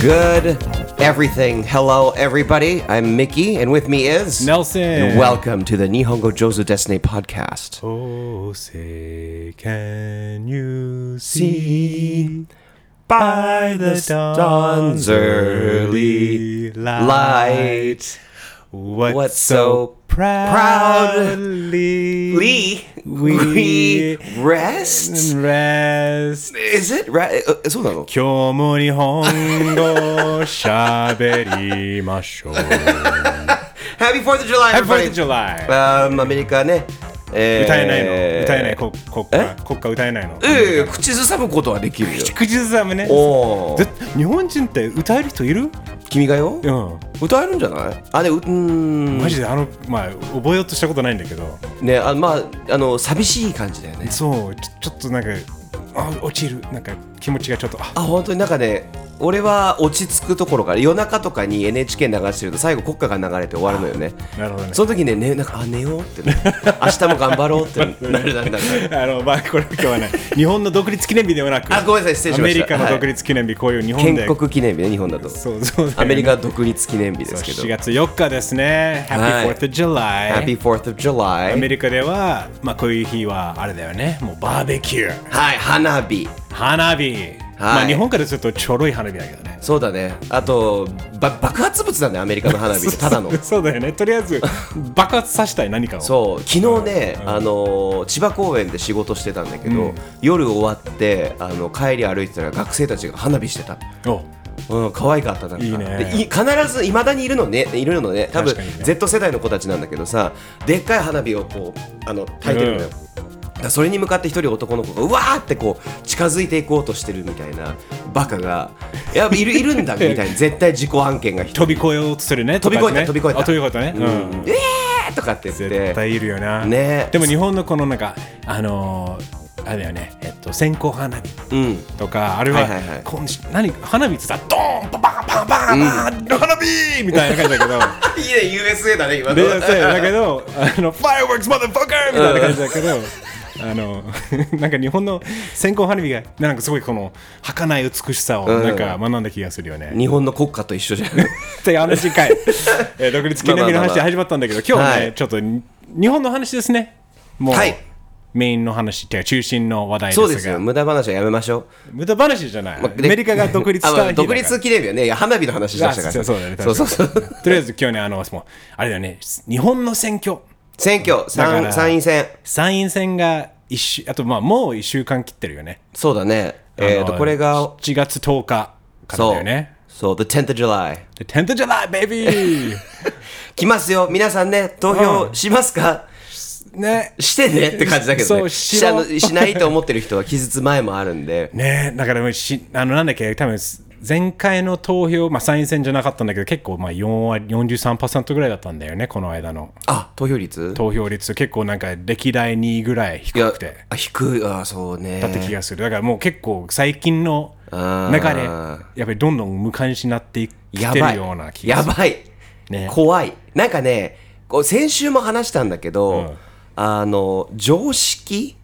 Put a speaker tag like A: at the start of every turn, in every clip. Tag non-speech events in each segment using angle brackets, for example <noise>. A: good everything. Hello, everybody. I'm Mickey, and with me is
B: Nelson.
A: And welcome to the Nihongo Jozo Destiny podcast.
B: Oh, say, can you see by the dawn's early light what,
A: What so
B: so proudly
A: Lee, we,
B: we Mm.
A: rest.
B: rest?
A: Is it right? Uh, so no.
B: 今日も日本語喋りましょう。
A: Happy Fourth of July,
B: Happy
A: everybody. Um,
B: 4th of July!
A: うんアメリカね、えー
B: 歌えないの歌えない国国歌国歌歌えないの
A: ええ口ずさむことはできるよ。
B: 口ずさむね
A: お
B: ぜ
A: ー
B: 日本人って歌える人いる
A: 君がよ
B: うん
A: 歌えるんじゃないあ、で、ううーん。
B: マジであのまあ覚えようとしたことないんだけど
A: ね、あまあ、あの、寂しい感じだよね。
B: そうちょちょっとなんかあ落ちるなんか気持ちがちょっとあ
A: あ、本当になんかね、俺は落ち着くところから、夜中とかに NHK 流してると最後国歌が流れて終わるのよね。
B: なるほどね
A: その時ね、ねなんか、あ、寝ようって、 <laughs> ね、明日も頑張ろうってなるなんだ
B: あのまあこれ今日はね
A: <laughs>
B: 日本の独立記念日ではなく
A: あ、ごめんなさい、失礼
B: ア
A: しま
B: メ
A: し
B: リ
A: た。
B: カの独
A: はい
B: 立記念日こういう日 <laughs> 本で
A: 建国記念日ね、日本だと。
B: そうそうだよね
A: アメリカ独立記念日で
B: そう
A: すけど
B: 4。月4日ですね
A: はい
B: Happy 4th of July
A: Happy Fourth of
B: ア
A: July。
B: メリカではまあこういう日はあれだよねもうバーベキュー
A: はい、花火。
B: 花火、まあ日本からするとちょろい花火だけどね。
A: そうだね。あと、ば爆発物だね、アメリカの花火って、ただの
B: <laughs> そうだよねとりあえず爆発させたい何かを
A: そう昨日ね、あのー千葉公園で仕事してたんだけど、夜終わってあの帰り歩いてたら学生たちが花火してた、
B: お
A: うん、可愛かったなんか
B: いいね
A: でい必ずいまだにいるのねいるのね多分
B: 確かにね
A: Z 世代の子たちなんだけどさでっかい花火をこうあの焚いてるのよ、だからそれに向かって一人男の子がうわーってこう近づいていこうとしてるみたいなバカがいやいるいるんだみ
B: <laughs>
A: たいな絶対自己案件が一人
B: 飛び越えようとするね
A: 飛び越えた
B: とか
A: 飛び
B: ね
A: 越えた
B: あ飛び越えたね、うん
A: えーとかって言って
B: 絶対いるよな
A: ね
B: でも日本のこのなんかあのーあれだよねえっと線香花火
A: うん
B: とかあれは,、
A: はいはいはい
B: こん何花火ってさドーンパンパンパンパンパン、花火みたいな感じだけど
A: <laughs> いいね USA だね今の <laughs>
B: でそうだけどあの「ファイアワークスマザーファーカー!」みたいな感じだけど。あの <laughs> なんか日本の線香花火がなんかすごいこの儚い美しさをなんか学んだ気がするよね。
A: 日本の国歌と一緒じゃん。
B: って話かい、 <laughs> えー独立記念日の
A: まあまあまあ
B: 話始まったんだけど今日はね、
A: はい
B: ちょっとに日本の話ですねもう、
A: はい
B: メインの話っていうか中心の話題です
A: そ
B: が
A: うですよ。無駄話はやめましょ
B: 無駄話じゃない、
A: う。
B: アメリカが独立した日
A: <laughs> あま
B: だか
A: あ
B: ら
A: 独立記念日はね、いや花火の話しま
B: あ
A: したから。
B: そうそうだね
A: そうそうそう
B: 確かにとりあえず今日ねあのもうあれだよね日本の選挙
A: 選挙、
B: だか
A: 参
B: ら
A: 参院選。
B: 参院選が一週あとまあもう1週間切ってるよね
A: そうだね。えっ
B: あ
A: と、
B: の
A: これが、
B: 7月10日からだ
A: そ
B: よ
A: う
B: ね。
A: そう、The 10th of July。
B: The 10th of July baby <laughs>
A: 来ますよ。皆さんね、投票しますか
B: ね
A: してねって感じだけど
B: そ
A: ね。
B: うしろ
A: しあのしないと思ってる人は期日前もあるん
B: <laughs>
A: で。
B: ねえだからしあのなんだっけ多分前回の投票、まあ、参院選じゃなかったんだけど結構まあ4割43%ぐらいだったんだよねこの間の
A: あ、投票率
B: 投票率結構なんか歴代2位ぐらい
A: い
B: 低
A: や
B: くて、
A: あ低い。あ、そうね。
B: だった気がするだからもう結構最近の中で
A: あ
B: やっぱりどんどん無関心になってい
A: や
B: 来て
A: ば
B: る
A: い
B: ような気が
A: や
B: する
A: ばい、
B: ね
A: 怖いなんかねこう先週も話したんだけど、
B: ん
A: あの常識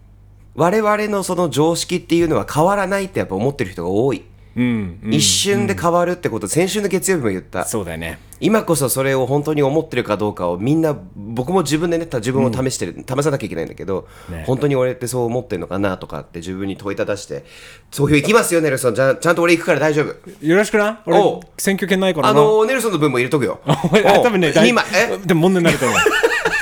A: 我々のその常識っていうのは変わらないってやっぱ思ってる人が多い、
B: うんうん
A: 一瞬で変わるってこと先週の月曜日も言った
B: そうだよね
A: 今こそそれを本当に思ってるかどうかをみんな僕も自分でね自分を試してる、試さなきゃいけないんだけど、
B: ね
A: 本当に俺ってそう思ってるのかなとかって自分に問いただして投票行きますよネルソンじゃあちゃんと俺行くから大丈夫
B: よろしくな
A: お
B: 俺
A: う
B: 選挙権ないから
A: あ
B: <laughs> な
A: のネルソンの分も入れとく
B: <laughs>
A: よ。おう
B: 多分ね、大
A: 今、え
B: でも問題になる
A: <laughs>
B: と思う。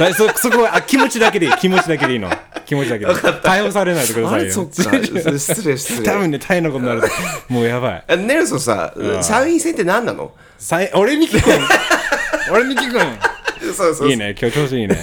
B: 大そそこはあ気持ちだけでいい、気持ちだけでいいの。気持ちだけでいい。逮捕されないでくだ
A: あ
B: さい
A: れ、
B: よ。
A: そっか。失礼、失
B: 多
A: 礼。
B: 分ね、大変なことになる <laughs> と。もうやばい。
A: あネルソンさ、参院選って何な
B: <laughs>
A: の
B: さい俺に聞くん <laughs> 俺に聞くん
A: そうそうそう。
B: いいね、今日調子いいね。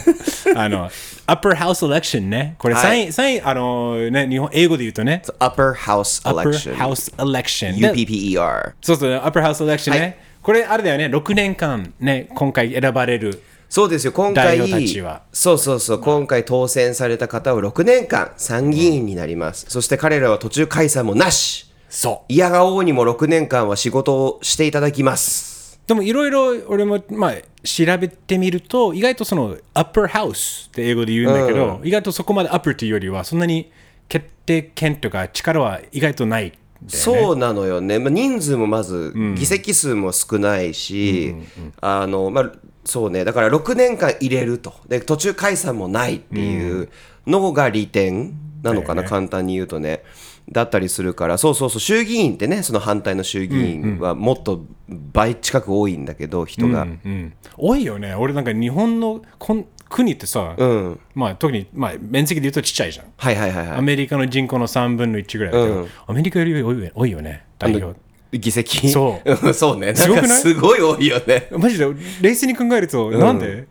B: あの、Upper House Election ね。これ、
A: はい
B: サイン、サイン、あのーね、日本、英語で言うとね、
A: Upper House
B: Upper
A: Election。
B: House Election。で
A: UPPER。
B: そうそう、Upper House Election
A: は
B: ね。これ、あれだよね、6年間ね、今回選ばれる。
A: そうですよ、今回
B: 代表たちは、
A: そうそうそう、今回当選された方は6年間参議院になります。そして彼らは途中解散もなし。
B: そう。
A: いやがおうにも6年間は仕事をしていただきます。
B: でもいろいろ俺もまあ調べてみると意外とそのアッパーハウスって英語で言うんだけど、意外とそこまでアッパーというよりはそんなに決定権とか力は意外とない
A: そうなのよね、まあ、人数もまず、議席数も少ないし、あのまあ、そうね、だから6年間入れると、で途中解散もないっていうのが利点なのかな、
B: だよね
A: 簡単に言うとね。だったりするから、そうそうそう、衆議院ってね、その反対の衆議院はもっと倍近く多いんだけど、人が。
B: うんうん、多いよね俺なんか日本のこん国ってさ、
A: うん、
B: まあ、特に、まあ、面積で言うとちっちゃいじゃん、
A: はいはいはいは
B: ア
A: い。
B: メリカの人口の3分の1ぐらいだけど、
A: うん
B: アメリカより多い多いよね代表
A: 議席
B: そ
A: うん <laughs> そうね、なん
B: すごく
A: か
B: ない
A: すごい多いよね。
B: マジで冷静に考えると、なんで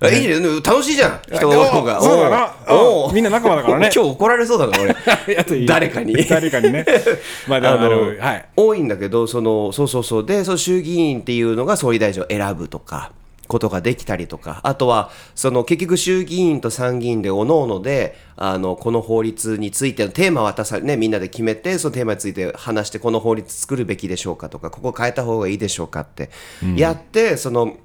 A: あいいね、楽しいじゃん、人が多い方が。
B: おそうだな
A: お
B: おみんな仲間だからね
A: <laughs> 今日怒られそうだな、俺。
B: <laughs> あといい
A: 誰かに <laughs>
B: 誰かにね。 <laughs> まあ、でも
A: あ
B: あの
A: の、
B: はい。
A: 多いんだけどそのそうそうそうでその衆議院っていうのが総理大臣を選ぶとかことができたりとかあとはその結局衆議院と参議院で各々であのこの法律についてのテーマを渡さねみんなで決めてそのテーマについて話してこの法律作るべきでしょうかとかここ変えた方がいいでしょうかって、やってその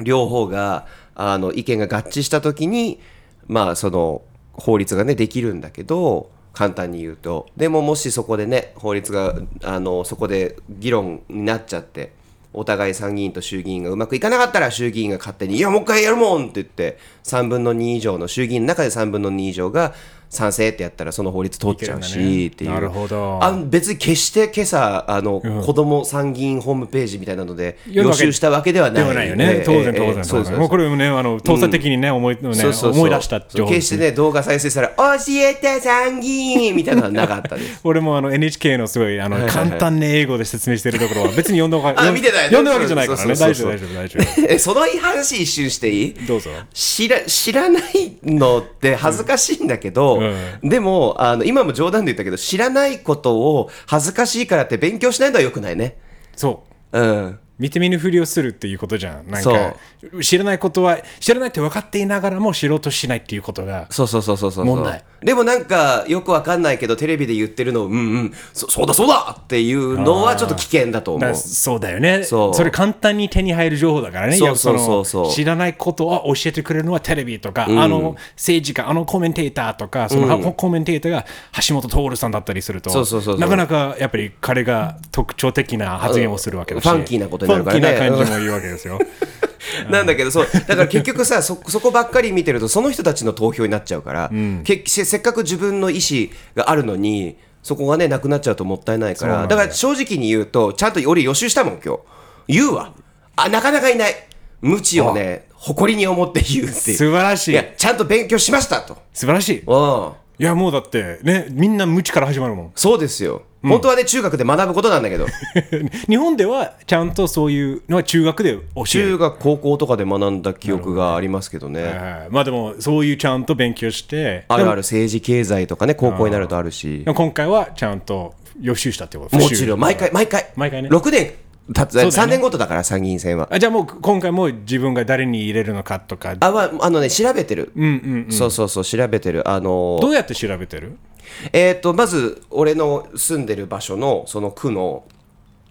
A: 両方があの意見が合致した時にまあその法律がねできるんだけど簡単に言うとでももしそこでね法律があのそこで議論になっちゃってお互い参議院と衆議院がうまくいかなかったら衆議院が勝手に「いやもう一回やるもん!」って言って3分の2以上の衆議院の中で3分の2以上が賛成ってやったらその法律通っちゃうし
B: い
A: って
B: け
A: い
B: るん
A: う
B: だねなるほど
A: あ別に決して今朝あの、子供参議院ホームページみたいなので
B: 読
A: 予
B: むわけ
A: 習したわけではない
B: ではないよね。当然、当然。
A: そうそ
B: 当然
A: う
B: もうこれもね、あの、当査的にね、思い、ね、
A: そうそうそう
B: 思い出したってことで
A: 決
B: す
A: してね動画再生したら「教えて参議院」みたいなのはなかった
B: <laughs>
A: です
B: 俺もあの NHK のすごいあの
A: はいはい
B: 簡単に英語で説明してるところは別に読んだわ
A: <laughs>
B: け
A: あ見てないね
B: 読んだわけじゃないからね
A: そう
B: 大
A: そ
B: 丈
A: う
B: 夫
A: そう
B: 大丈夫大丈
A: えその話一周していい
B: 夫どうぞ
A: 知ら知らないのって恥ずかしいんだけど、
B: うん
A: でもあの今も冗談で言ったけど知らないことを恥ずかしいからって勉強しないのはよくないね
B: そう
A: うん
B: 見て見ぬふりをするっていうことじゃんなん
A: そ
B: か知らないことは知らないって分かっていながらも知ろうとしないっていうことが
A: そうそうそうそうそう
B: 問題
A: でもなんかよくわかんないけどテレビで言ってるのをうんうんそそうだそうだっていうのはちょっと危険だと思
B: だ
A: う
B: そうだよね
A: そう
B: れ簡単に手に入る情報だから
A: そ
B: ね
A: う
B: いやの
A: そうそうそう
B: 知らないことを教えてくれるのはテレビとか、あの政治家あのコメンテーターとかその、コメンテーターが橋本徹さんだったりすると
A: そうそうそうそう
B: なかなかやっぱり彼が特徴的な発言をするわけだし、
A: うんファンキーなことになるからね
B: ファンキーな感じも言うわけですよ
A: <laughs> なんだけどそうだから結局さそそこばっかり見てるとその人たちの投票になっちゃうから、けせせっかく自分の意思があるのにそこがねなくなっちゃうともったいないか
B: そう
A: ら
B: なん
A: だ
B: だよ
A: から正直に言うとちゃんと俺予習したもん今日言うわあなかなかいない無知をね誇りに思って言うっていう
B: 素晴らしい
A: いやちゃんと勉強しましたと
B: 素晴らしい
A: うん
B: いやもうだってねみんな無知から始まるもん
A: そうですよ、本当はね中学で学ぶことなんだ
B: <laughs>
A: けど
B: 日本ではちゃんとそういうのは中学で教える
A: 中学高校とかで学んだ記憶がありますけどね
B: はいまあでもそういうちゃんと勉強して
A: あるある政治経済とかね高校になるとあるし
B: でも今回はちゃんと予習したってこと
A: も
B: 復
A: ち
B: 習
A: ろん、毎回、毎回。
B: 毎回ね
A: 6年経つ、
B: だよね
A: 3年ごとだから、参議院選は。
B: あじゃあもう今回も自分が誰に入れるのかとか
A: あ、まあ、あのね、調べてる。そうそうそう、調べてる。あのー
B: どうやって調べてる
A: えっ、と、まず、俺の住んでる場所の、その区の、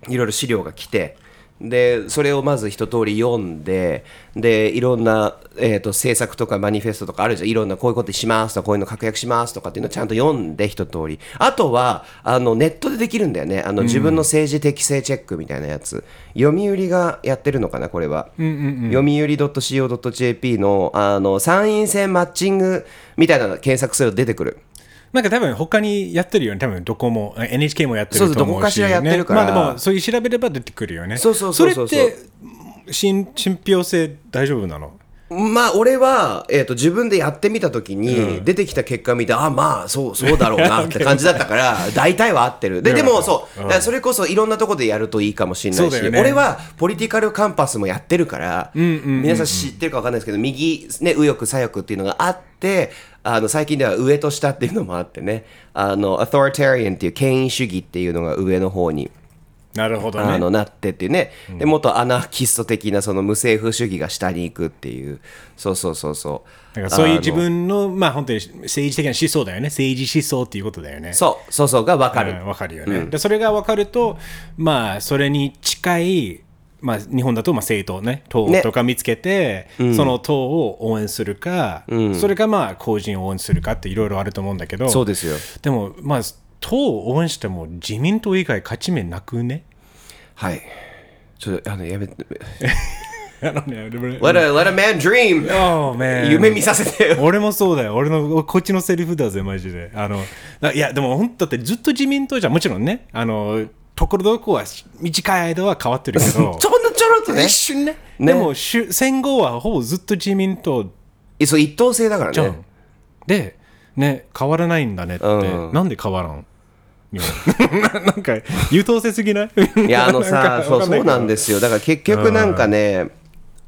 A: いろいろ資料が来て、で、それをまず一通り読んで、で、いろんな、えー、と政策とかマニフェストとかあるじゃん。いろんな、こういうことしますとか、こういうの確約しますとかっていうのをちゃんと読んで、一通り。あとは、あの、ネットでできるんだよね。あの、自分の政治適正チェックみたいなやつ。読売がやってるのかな、これは。読売 .co.jp の、あの、参院選マッチングみたいなの検索すると出てくる。
B: なんか多分他にやってるよね多分どこも NHK もやってると
A: そう
B: 思
A: そうう
B: し
A: どこかしらやってるから
B: ねまあでもそういう調べれば出てくるよね
A: そうそうそうそう
B: それって信信憑性大丈夫なの
A: まあ俺は、えー、と自分でやってみた時に出てきた結果見て、あまあそうそうだろう <laughs> なって感じだったから大体は合ってるででもそうだからそれこそいろんなとこでやるといいかもしれな
B: そ
A: いう
B: だ
A: し、
B: よね
A: 俺はポリティカルカンパスもやってるから、皆さん知ってるか分かんないですけど右、ね、右翼左翼っていうのがあってあの最近では上と下っていうのもあってねあのアトリタリアンっていう権威主義っていうのが上の方に。
B: なるほど
A: あ
B: ね
A: のなってっていうね、で元アナーキスト的なその無政府主義が下に行くっていうそうそうそうそう
B: だからそういう自
A: あの
B: 分のまあ本当に政治的な思想だよね政治思想っていうことだよね
A: そうそうそうが分かる、
B: うんわかるよね、でそれが分かるとまあそれに近い、まあ、日本だとまあ政党ね党
A: ね
B: とか見つけて、その党を応援するか、それかまあ個人を応援するかっていろいろあると思うんだけど
A: そうですよ
B: でもまあ党を応援しても自民党以外勝ち目なくね <laughs>
A: はいちょっとあのやめて
B: I don't know.
A: let a, let a man dream
B: Oh, man.
A: 夢見させてよ
B: <laughs> 俺もそうだよ。俺の、こっちのセリフだぜ、マジで。あの、ないや、でも本当だってずっと自民党じゃん、もちろんね、あの、ところどころは、短い間は変わってるけど
A: <laughs> <laughs> ち、ょろちょろっとね
B: 一瞬ね。
A: ね
B: でも、しゅ戦後はほぼずっと自民党
A: えそう一党制だから
B: じゃ
A: ね
B: ん。で、ね、変わらないんだねって、
A: うん
B: なんで変わらんなん <laughs> か、優等生すぎない <laughs>
A: いやあの
B: な
A: さ
B: んか
A: そう
B: わか
A: そうなん
B: いけど
A: ですよだから結局なんかね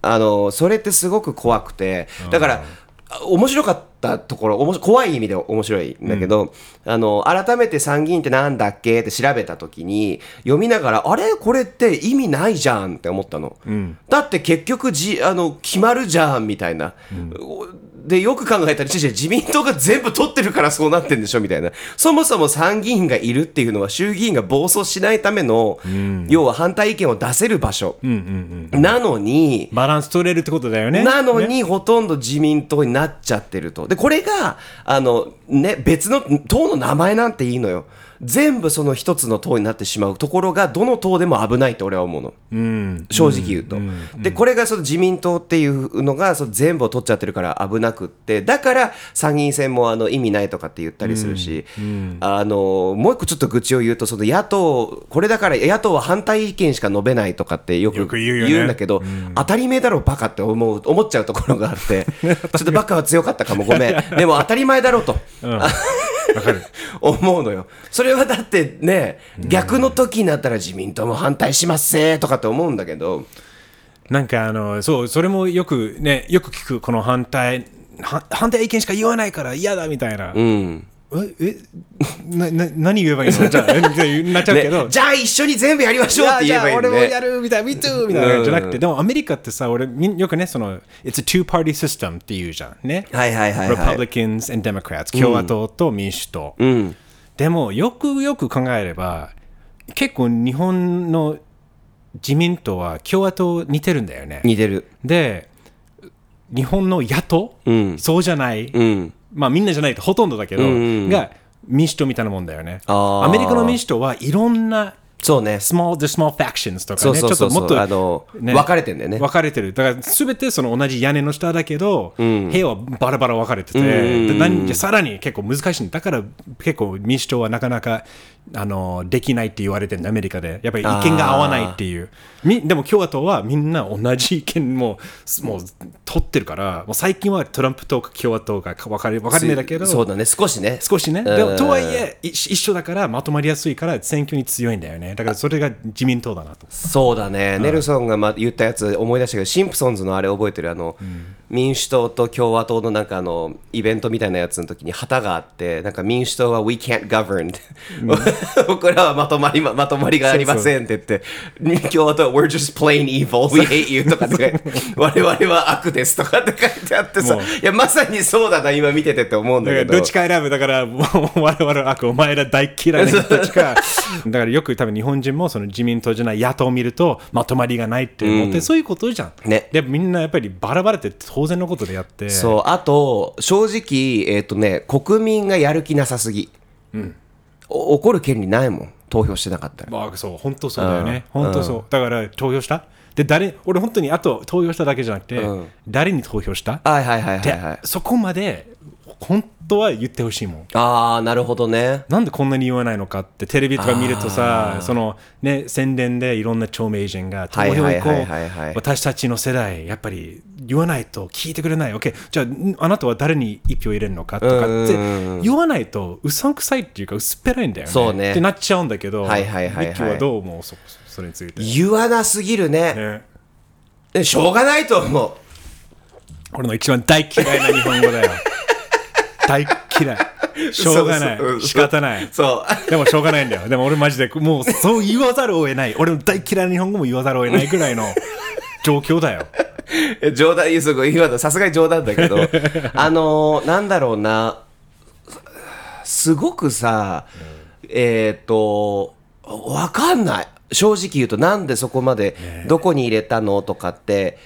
A: あのそれってすごく怖くてだからあ面白かったところおもし怖い意味で面白いんだけど、あの改めて参議院ってなんだっけって調べた時に読みながらあれこれって意味ないじゃんって思ったの、だって結局じあの決まるじゃんみたいな、おでよく考えたら違う違う自民党が全部取ってるからそうなってんでしょみたいなそもそも参議院がいるっていうのは衆議院が暴走しないための、要は反対意見を出せる場所、なのに、
B: バランス取れるってことだよね。
A: なのに、
B: ね
A: ほとんど自民党になっちゃってると。で、これが、あの、ね、別の党の名前なんていいのよ。全部その一つの党になってしまうところが、どの党でも危ないって俺は思うの。
B: うん。
A: 正直言うと、でこれがその自民党っていうのがその全部を取っちゃってるから危なくってだから参議院選もあの意味ないとかって言ったりするし、あのもう一個ちょっと愚痴を言うとその野党これだから野党は反対意見しか述べないとかってよ
B: よ
A: く
B: く言うよ
A: 言
B: ね
A: うんだけど、当たり前だろバカって思う思っちゃうところがあって
B: <laughs>
A: ちょっとバカは強かったかもごめんでも当たり前だろうと。
B: わかる。
A: <laughs> 思うのよ。それはだってね、逆の時になったら自民党も反対しますせーとかって思うんだけど、
B: なんかあのそうそれもよくねよく聞くこの反対は反対意見しか言わないから嫌だみたいな、
A: うん。
B: ええなな何言えば
A: <laughs>
B: いいのじゃあえってなっちゃうけど、
A: ね、じゃあ一緒に全部やりまし
B: い
A: ょうっ
B: や
A: て
B: じ
A: 言え
B: ゃ
A: ばいい
B: あ
A: よね
B: 俺もやるみたいな、me too! みたいな、
A: うん
B: じゃなくて、でもアメリカってさ、俺、みんよくね、その、It's a two-party system って言うじゃんね。
A: はいはいはいはい
B: Republicans and Democrats、共和党と民主党。
A: ん
B: でも、よくよく考えれば、結構日本の自民党は共和党似てるんだよね。
A: 似てる
B: で日本の野党、
A: ん
B: そうじゃない、
A: うん
B: まあみんなじゃないとほとんどだけど、
A: んうん
B: が民主党みたいなもんだよね
A: あー
B: アメリカの民主党はいろんな
A: そうね
B: small the small factions とか
A: そ
B: ね
A: うそうそう
B: ちょっともっと
A: あの分かれてんだよね
B: 分かれてるだから全てその同じ屋根の下だけど、部屋はバラバラ分かれてて、でなんじゃさらに結構難しいんだだから結構民主党はなかなかあのできないって言われてるんだアメリカでやっぱり意見が合わないっていうみでも共和党はみんな同じ意見ももう取ってるからもう最近はトランプ党か共和党か分かれ分かれ目だけど
A: そうだね少しね
B: 少しね。で
A: うん
B: もとはいえ、い一緒だから、まとまりやすいから、選挙に強いんだよね。だからそれが自民党だなと。
A: そうだね、ネルソンがま言ったやつ思い出したけどシンプソンズのあれ覚えてるあの、民主党と共和党のなんかあのイベントみたいなやつの時に旗があってなんか民主党は We can't govern、僕 <laughs> らはまとまりままとまりがありませんって言って共和党は We're just plain evil we hate you とかって
B: <laughs>
A: 我々は悪ですとかって書いてあってさ
B: もう
A: いやまさにそうだな今見ててって思うんだ
B: だ
A: け
B: から
A: ど
B: どっちか選ぶ。だから、もう我々は悪、お前ら大嫌いな人たち
A: <laughs>
B: か。だからよく多分日本人もその自民党じゃない野党を見ると、まとまりがないって思って、そういうことじゃん。
A: ね
B: で、みんなやっぱりバラバラって当然のことでやって。
A: そう、あと、正直、えっ、とね、国民がやる気なさすぎ。お怒る権利ないもん、投票してなかったら。
B: まあ、そう、本当そうだよね。本当そう。だから投票したで、誰、俺本当にあと投票しただけじゃなくて、誰に投票した
A: はいはいはいはい、は
B: で
A: い。
B: そこまで本当は言ってほしいもん。
A: あー、なるほどね。
B: なんでこんなに言わないのかってテレビとか見るとさその、ね、宣伝でいろんな著名人が投
A: はい
B: 票
A: はい
B: 行こ
A: はいはいうはい
B: 私たちの世代やっぱり言わないと聞いてくれない OK じゃあんあなたは誰に一票入れるのかとかって
A: うんうん
B: 言わないとうさんくさいっていうか薄っぺらいんだよね
A: そうね
B: ってなっちゃうんだけど
A: はいはいはいはい
B: ミッキーはどう思うそそれについて、
A: 言わなすぎるね。
B: ね
A: でしょうがないと思う。
B: 俺の一番大嫌いな日本
A: <laughs>
B: 語だよ大嫌いしょうがない
A: そうそう
B: 仕方ない
A: そう。
B: <laughs> でもしょうがないんだよ。でも俺マジでもうそう言わざるを得ない。俺の大嫌いな日本語も言わざるを得ないぐらいの状況だよ。
A: え冗談、すごい、今のさすがに冗談だ <laughs> けど、あのーなんだろうな、すごくさ、えっ、と、わかんない。正直言うと、なんでそこまで、どこに入れたのとかって、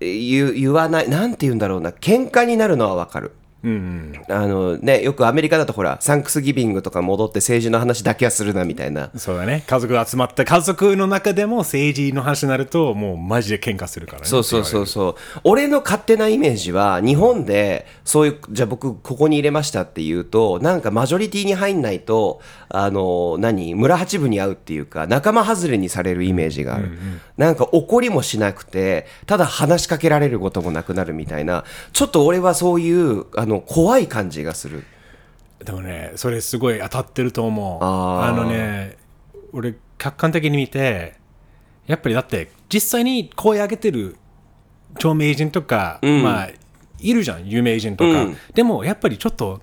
A: 言う言わない、なんて言うんだろうな、喧嘩になるのはわかる。あのね、よくアメリカだとほらサンクスギビングとか戻って政治の話だけはするなみたいな
B: そうだね。家族集まって、家族の中でも政治の話になると、もうマジで喧嘩するからね。
A: そうそうそうそう俺の勝手なイメージは日本でそういうじゃあ僕ここに入れましたっていうとなんかマジョリティに入んないとあの何村八分に合うっていうか仲間外れにされるイメージがある、なんか怒りもしなくてただ話しかけられることもなくなるみたいなちょっと俺はそういうあの怖い感じがする
B: でもね、それすごい当たってると思う。
A: あ
B: あ
A: ー
B: のね、俺、客観的に見て、やっぱりだって、実際に声上げてる著名人とか、まあ、いるじゃん、有名人とか。
A: うん
B: でも、やっぱりちょっと、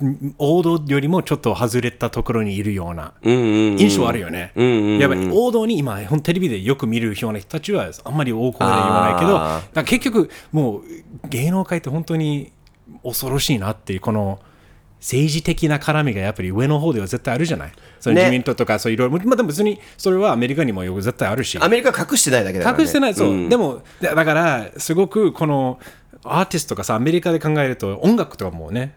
B: ん王道よりもちょっと外れたところにいるような
A: うんうんうん
B: 印象あるよね。
A: うんうんうん
B: やっぱり王道に今、ほんテレビでよく見るような人たちはあんまり大声で言わないけど、だ
A: あー
B: から結局、もう芸能界って本当に恐ろしいなっていう、この政治的な絡みがやっぱり上の方では絶対あるじゃない。その
A: ね
B: 自民党とかそういろいろ、まあでも別にそれはアメリカにもよく絶対あるし。
A: アメリカは隠してないだけだから、ね、
B: 隠してない、そう、
A: ん
B: でもだだからすごくこのアーティストがさアメリカで考えると音楽とかもね、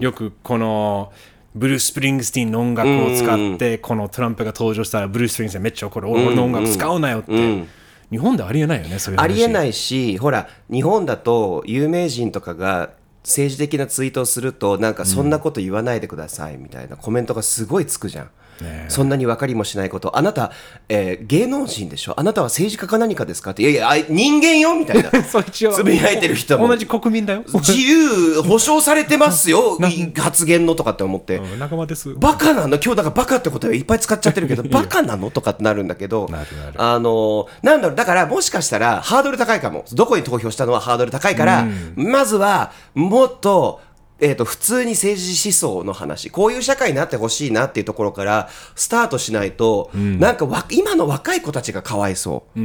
B: よくこのブルース・プリングスティーンの音楽を使って、このトランプが登場したらブルース・プリングスティーンめっちゃ怒る、俺の音楽使うなよって、日本でありえないよねそういう話
A: ありえないいし、ほら、日本だと有名人とかが政治的なツイートをすると、なんかそんなこと言わないでくださいみたいなコメントがすごいつくじゃん。そんなに分かりもしないこと、あなた、えー芸能人でしょ、あなたは政治家か何かですかって、いやいや、あ人間よみたいな、
B: <laughs> そう一応
A: つぶやいてる人も
B: 同じ国民だよ
A: <laughs> 自由保障されてます
B: <laughs>
A: よ、い発言のとかって思って、
B: うん仲間です
A: バカなの今日だからバカってことはいっ <laughs> ぱい使っちゃってるけど、バカなのとかってなるんだけど
B: なるな、る
A: あの、なんだろう、だからもしかしたらハードル高いかも。どこに投票したのはハードル高いから、まずはもっと、えー、と普通に政治思想の話こういう社会になってほしいなっていうところからスタートしないと、なんかわ今の若い子たちがかわいそう,、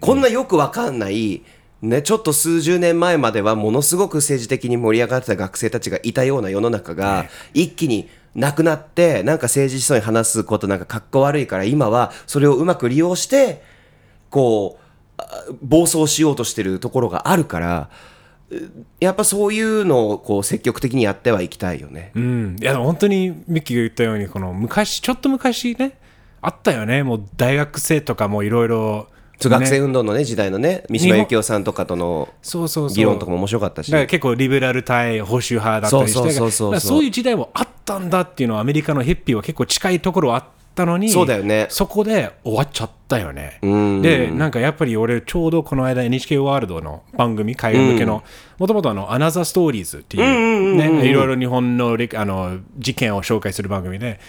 A: こんなよくわかんない、ね、ちょっと数十年前まではものすごく政治的に盛り上がってた学生たちがいたような世の中が、一気になくなって、なんか政治思想に話すことなんかかっこ悪いから、今はそれをうまく利用して、こう、あ暴走しようとしてるところがあるから、うやっぱそういうのをこう積極的にやってはいきたいよね。
B: うん、いや本当にミッキーが言ったようにこの昔ちょっと昔ねあったよねもう大学生とかもいろいろ
A: そう学生運動のね、時代のね、三島由紀夫さんとかとの
B: そうそうそう
A: 議論とかも面白かったし
B: だか。ら結構リベラル対保守派だったりして
A: そうそうそう
B: だ
A: そう
B: からそういう時代もあったんだっていうのはアメリカのヒッピーは結構近いところはあったのに
A: そうだよね
B: そこで終わっちゃったよね
A: ん
B: でなんかやっぱり俺ちょうどこの間 NHK ワールドの番組海外向けのもともと「アナザーストーリーズ」っていう,、ねいろいろ日本の歴あの事件を紹介する番組で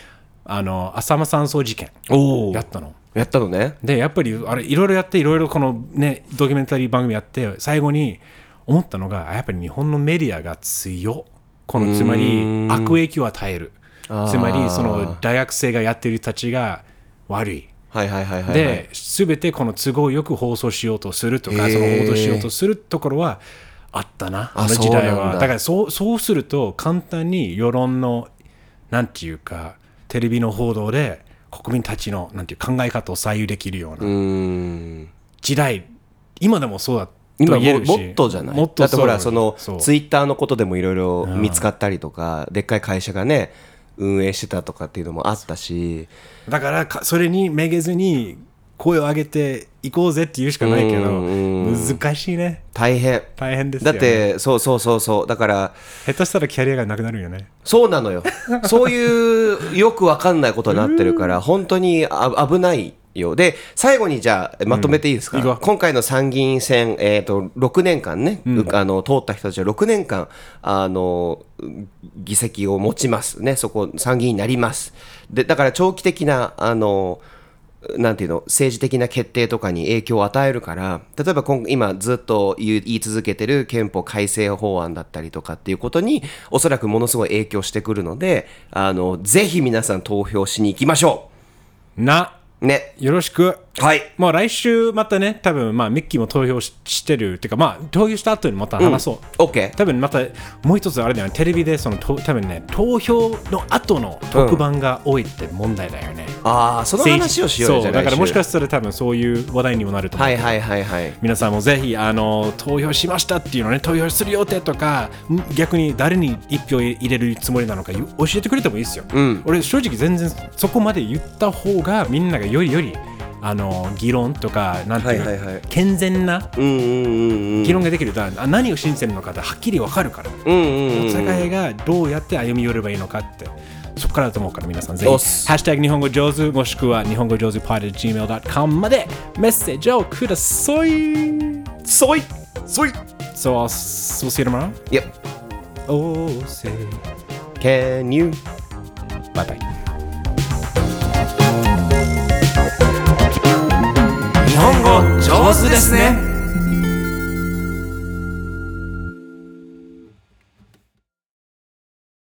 B: あの浅間山荘事件
A: おー
B: やったの。
A: やったのね。
B: でやっぱりあれいろいろやっていろいろこのねドキュメンタリー番組やって最後に思ったのがあやっぱり日本のメディアが強このつまり悪影響を与える
A: あー
B: つまりその大学生がやってる人たちが悪い
A: はいはいはいはい、はい。
B: で、すべてこの都合よく放送しようとするとか、
A: へー
B: その報道しようとするところはあった
A: あ
B: な、あの時代
A: そうなん
B: は。
A: だ
B: だからそうそうすると、簡単に世論の、なんていうか、テレビの報道で国民たちのなんていう考え方を左右できるよう
A: う
B: な
A: ーん。
B: 時代、今でもそうだと
A: 今
B: 言え
A: も
B: るし
A: もっとじゃない
B: もっと
A: だってほらそ
B: そう
A: の
B: そう
A: ツイッターのことでもいろいろ見つかったりとか、でっかい会社がね運営してたとかっていうのもあったし
B: だからかそれにめげずに声を上げていこうぜっていうしかないけど、難しいね。
A: 大変
B: 大変ですよ
A: だっ
B: ね
A: てそうそうそうそうだから
B: 下手したらキャリアがなくなるよね。
A: そうなのよそういうよくわかんないことになってるから本当にあ危ないよで最後にじゃあまとめていいですか、
B: いいわ
A: 今回の参議院選、えー、と6年間ね、あの通った人たちは6年間あの議席を持ちますねそこ参議院になりますでだから長期的なあのなんていうの政治的な決定とかに影響を与えるから例えば今今ずっと言う言い続けてる憲法改正法案だったりとかっていうことにおそらくものすごい影響してくるのであのぜひ皆さん投票しに行きましょう
B: な
A: ね。
B: よろしく。
A: はい。
B: まあ来週またね、多分まあミッキーも投票ししてるっていうか、まあ投票した後にまた話そう。
A: オッケー。
B: 多分またもう一つあれだよね、テレビでそのと多分ね、投票の後の特番が多いって問題だよね。
A: ああ、その話をしようよ。
B: そ
A: じゃ
B: うだからもしか
A: し
B: したら多分そういう話題にもなると思う、
A: はいはいはいはい。
B: 皆さんもぜひあの投票しましたっていうのね投票する予定とかん逆に誰に一票入れるつもりなのかよ教えてくれてもいいですよ、
A: ん
B: 俺正直全然そこまで言った方がみんながよりよりあの議論とかなんていうの、
A: はいはいはい
B: 健全な
A: うんうんうんうん。
B: 議論ができるだ、あ何を信じてるのかってはっきり分かるから、
A: うんうんうん。
B: お互いがどうやって歩み寄ればいいのかってそこからだと思うから皆さんぜひ「
A: お
B: ハ
A: っ
B: ッシュタグ日本語上手」もしくは日本語上手 pod.gmail.com までメッセージをください
A: そいそい
B: そうそうするもら
A: Yep.
B: おーせ
A: Can you?
B: バイバイ
A: 日本語上手ですね。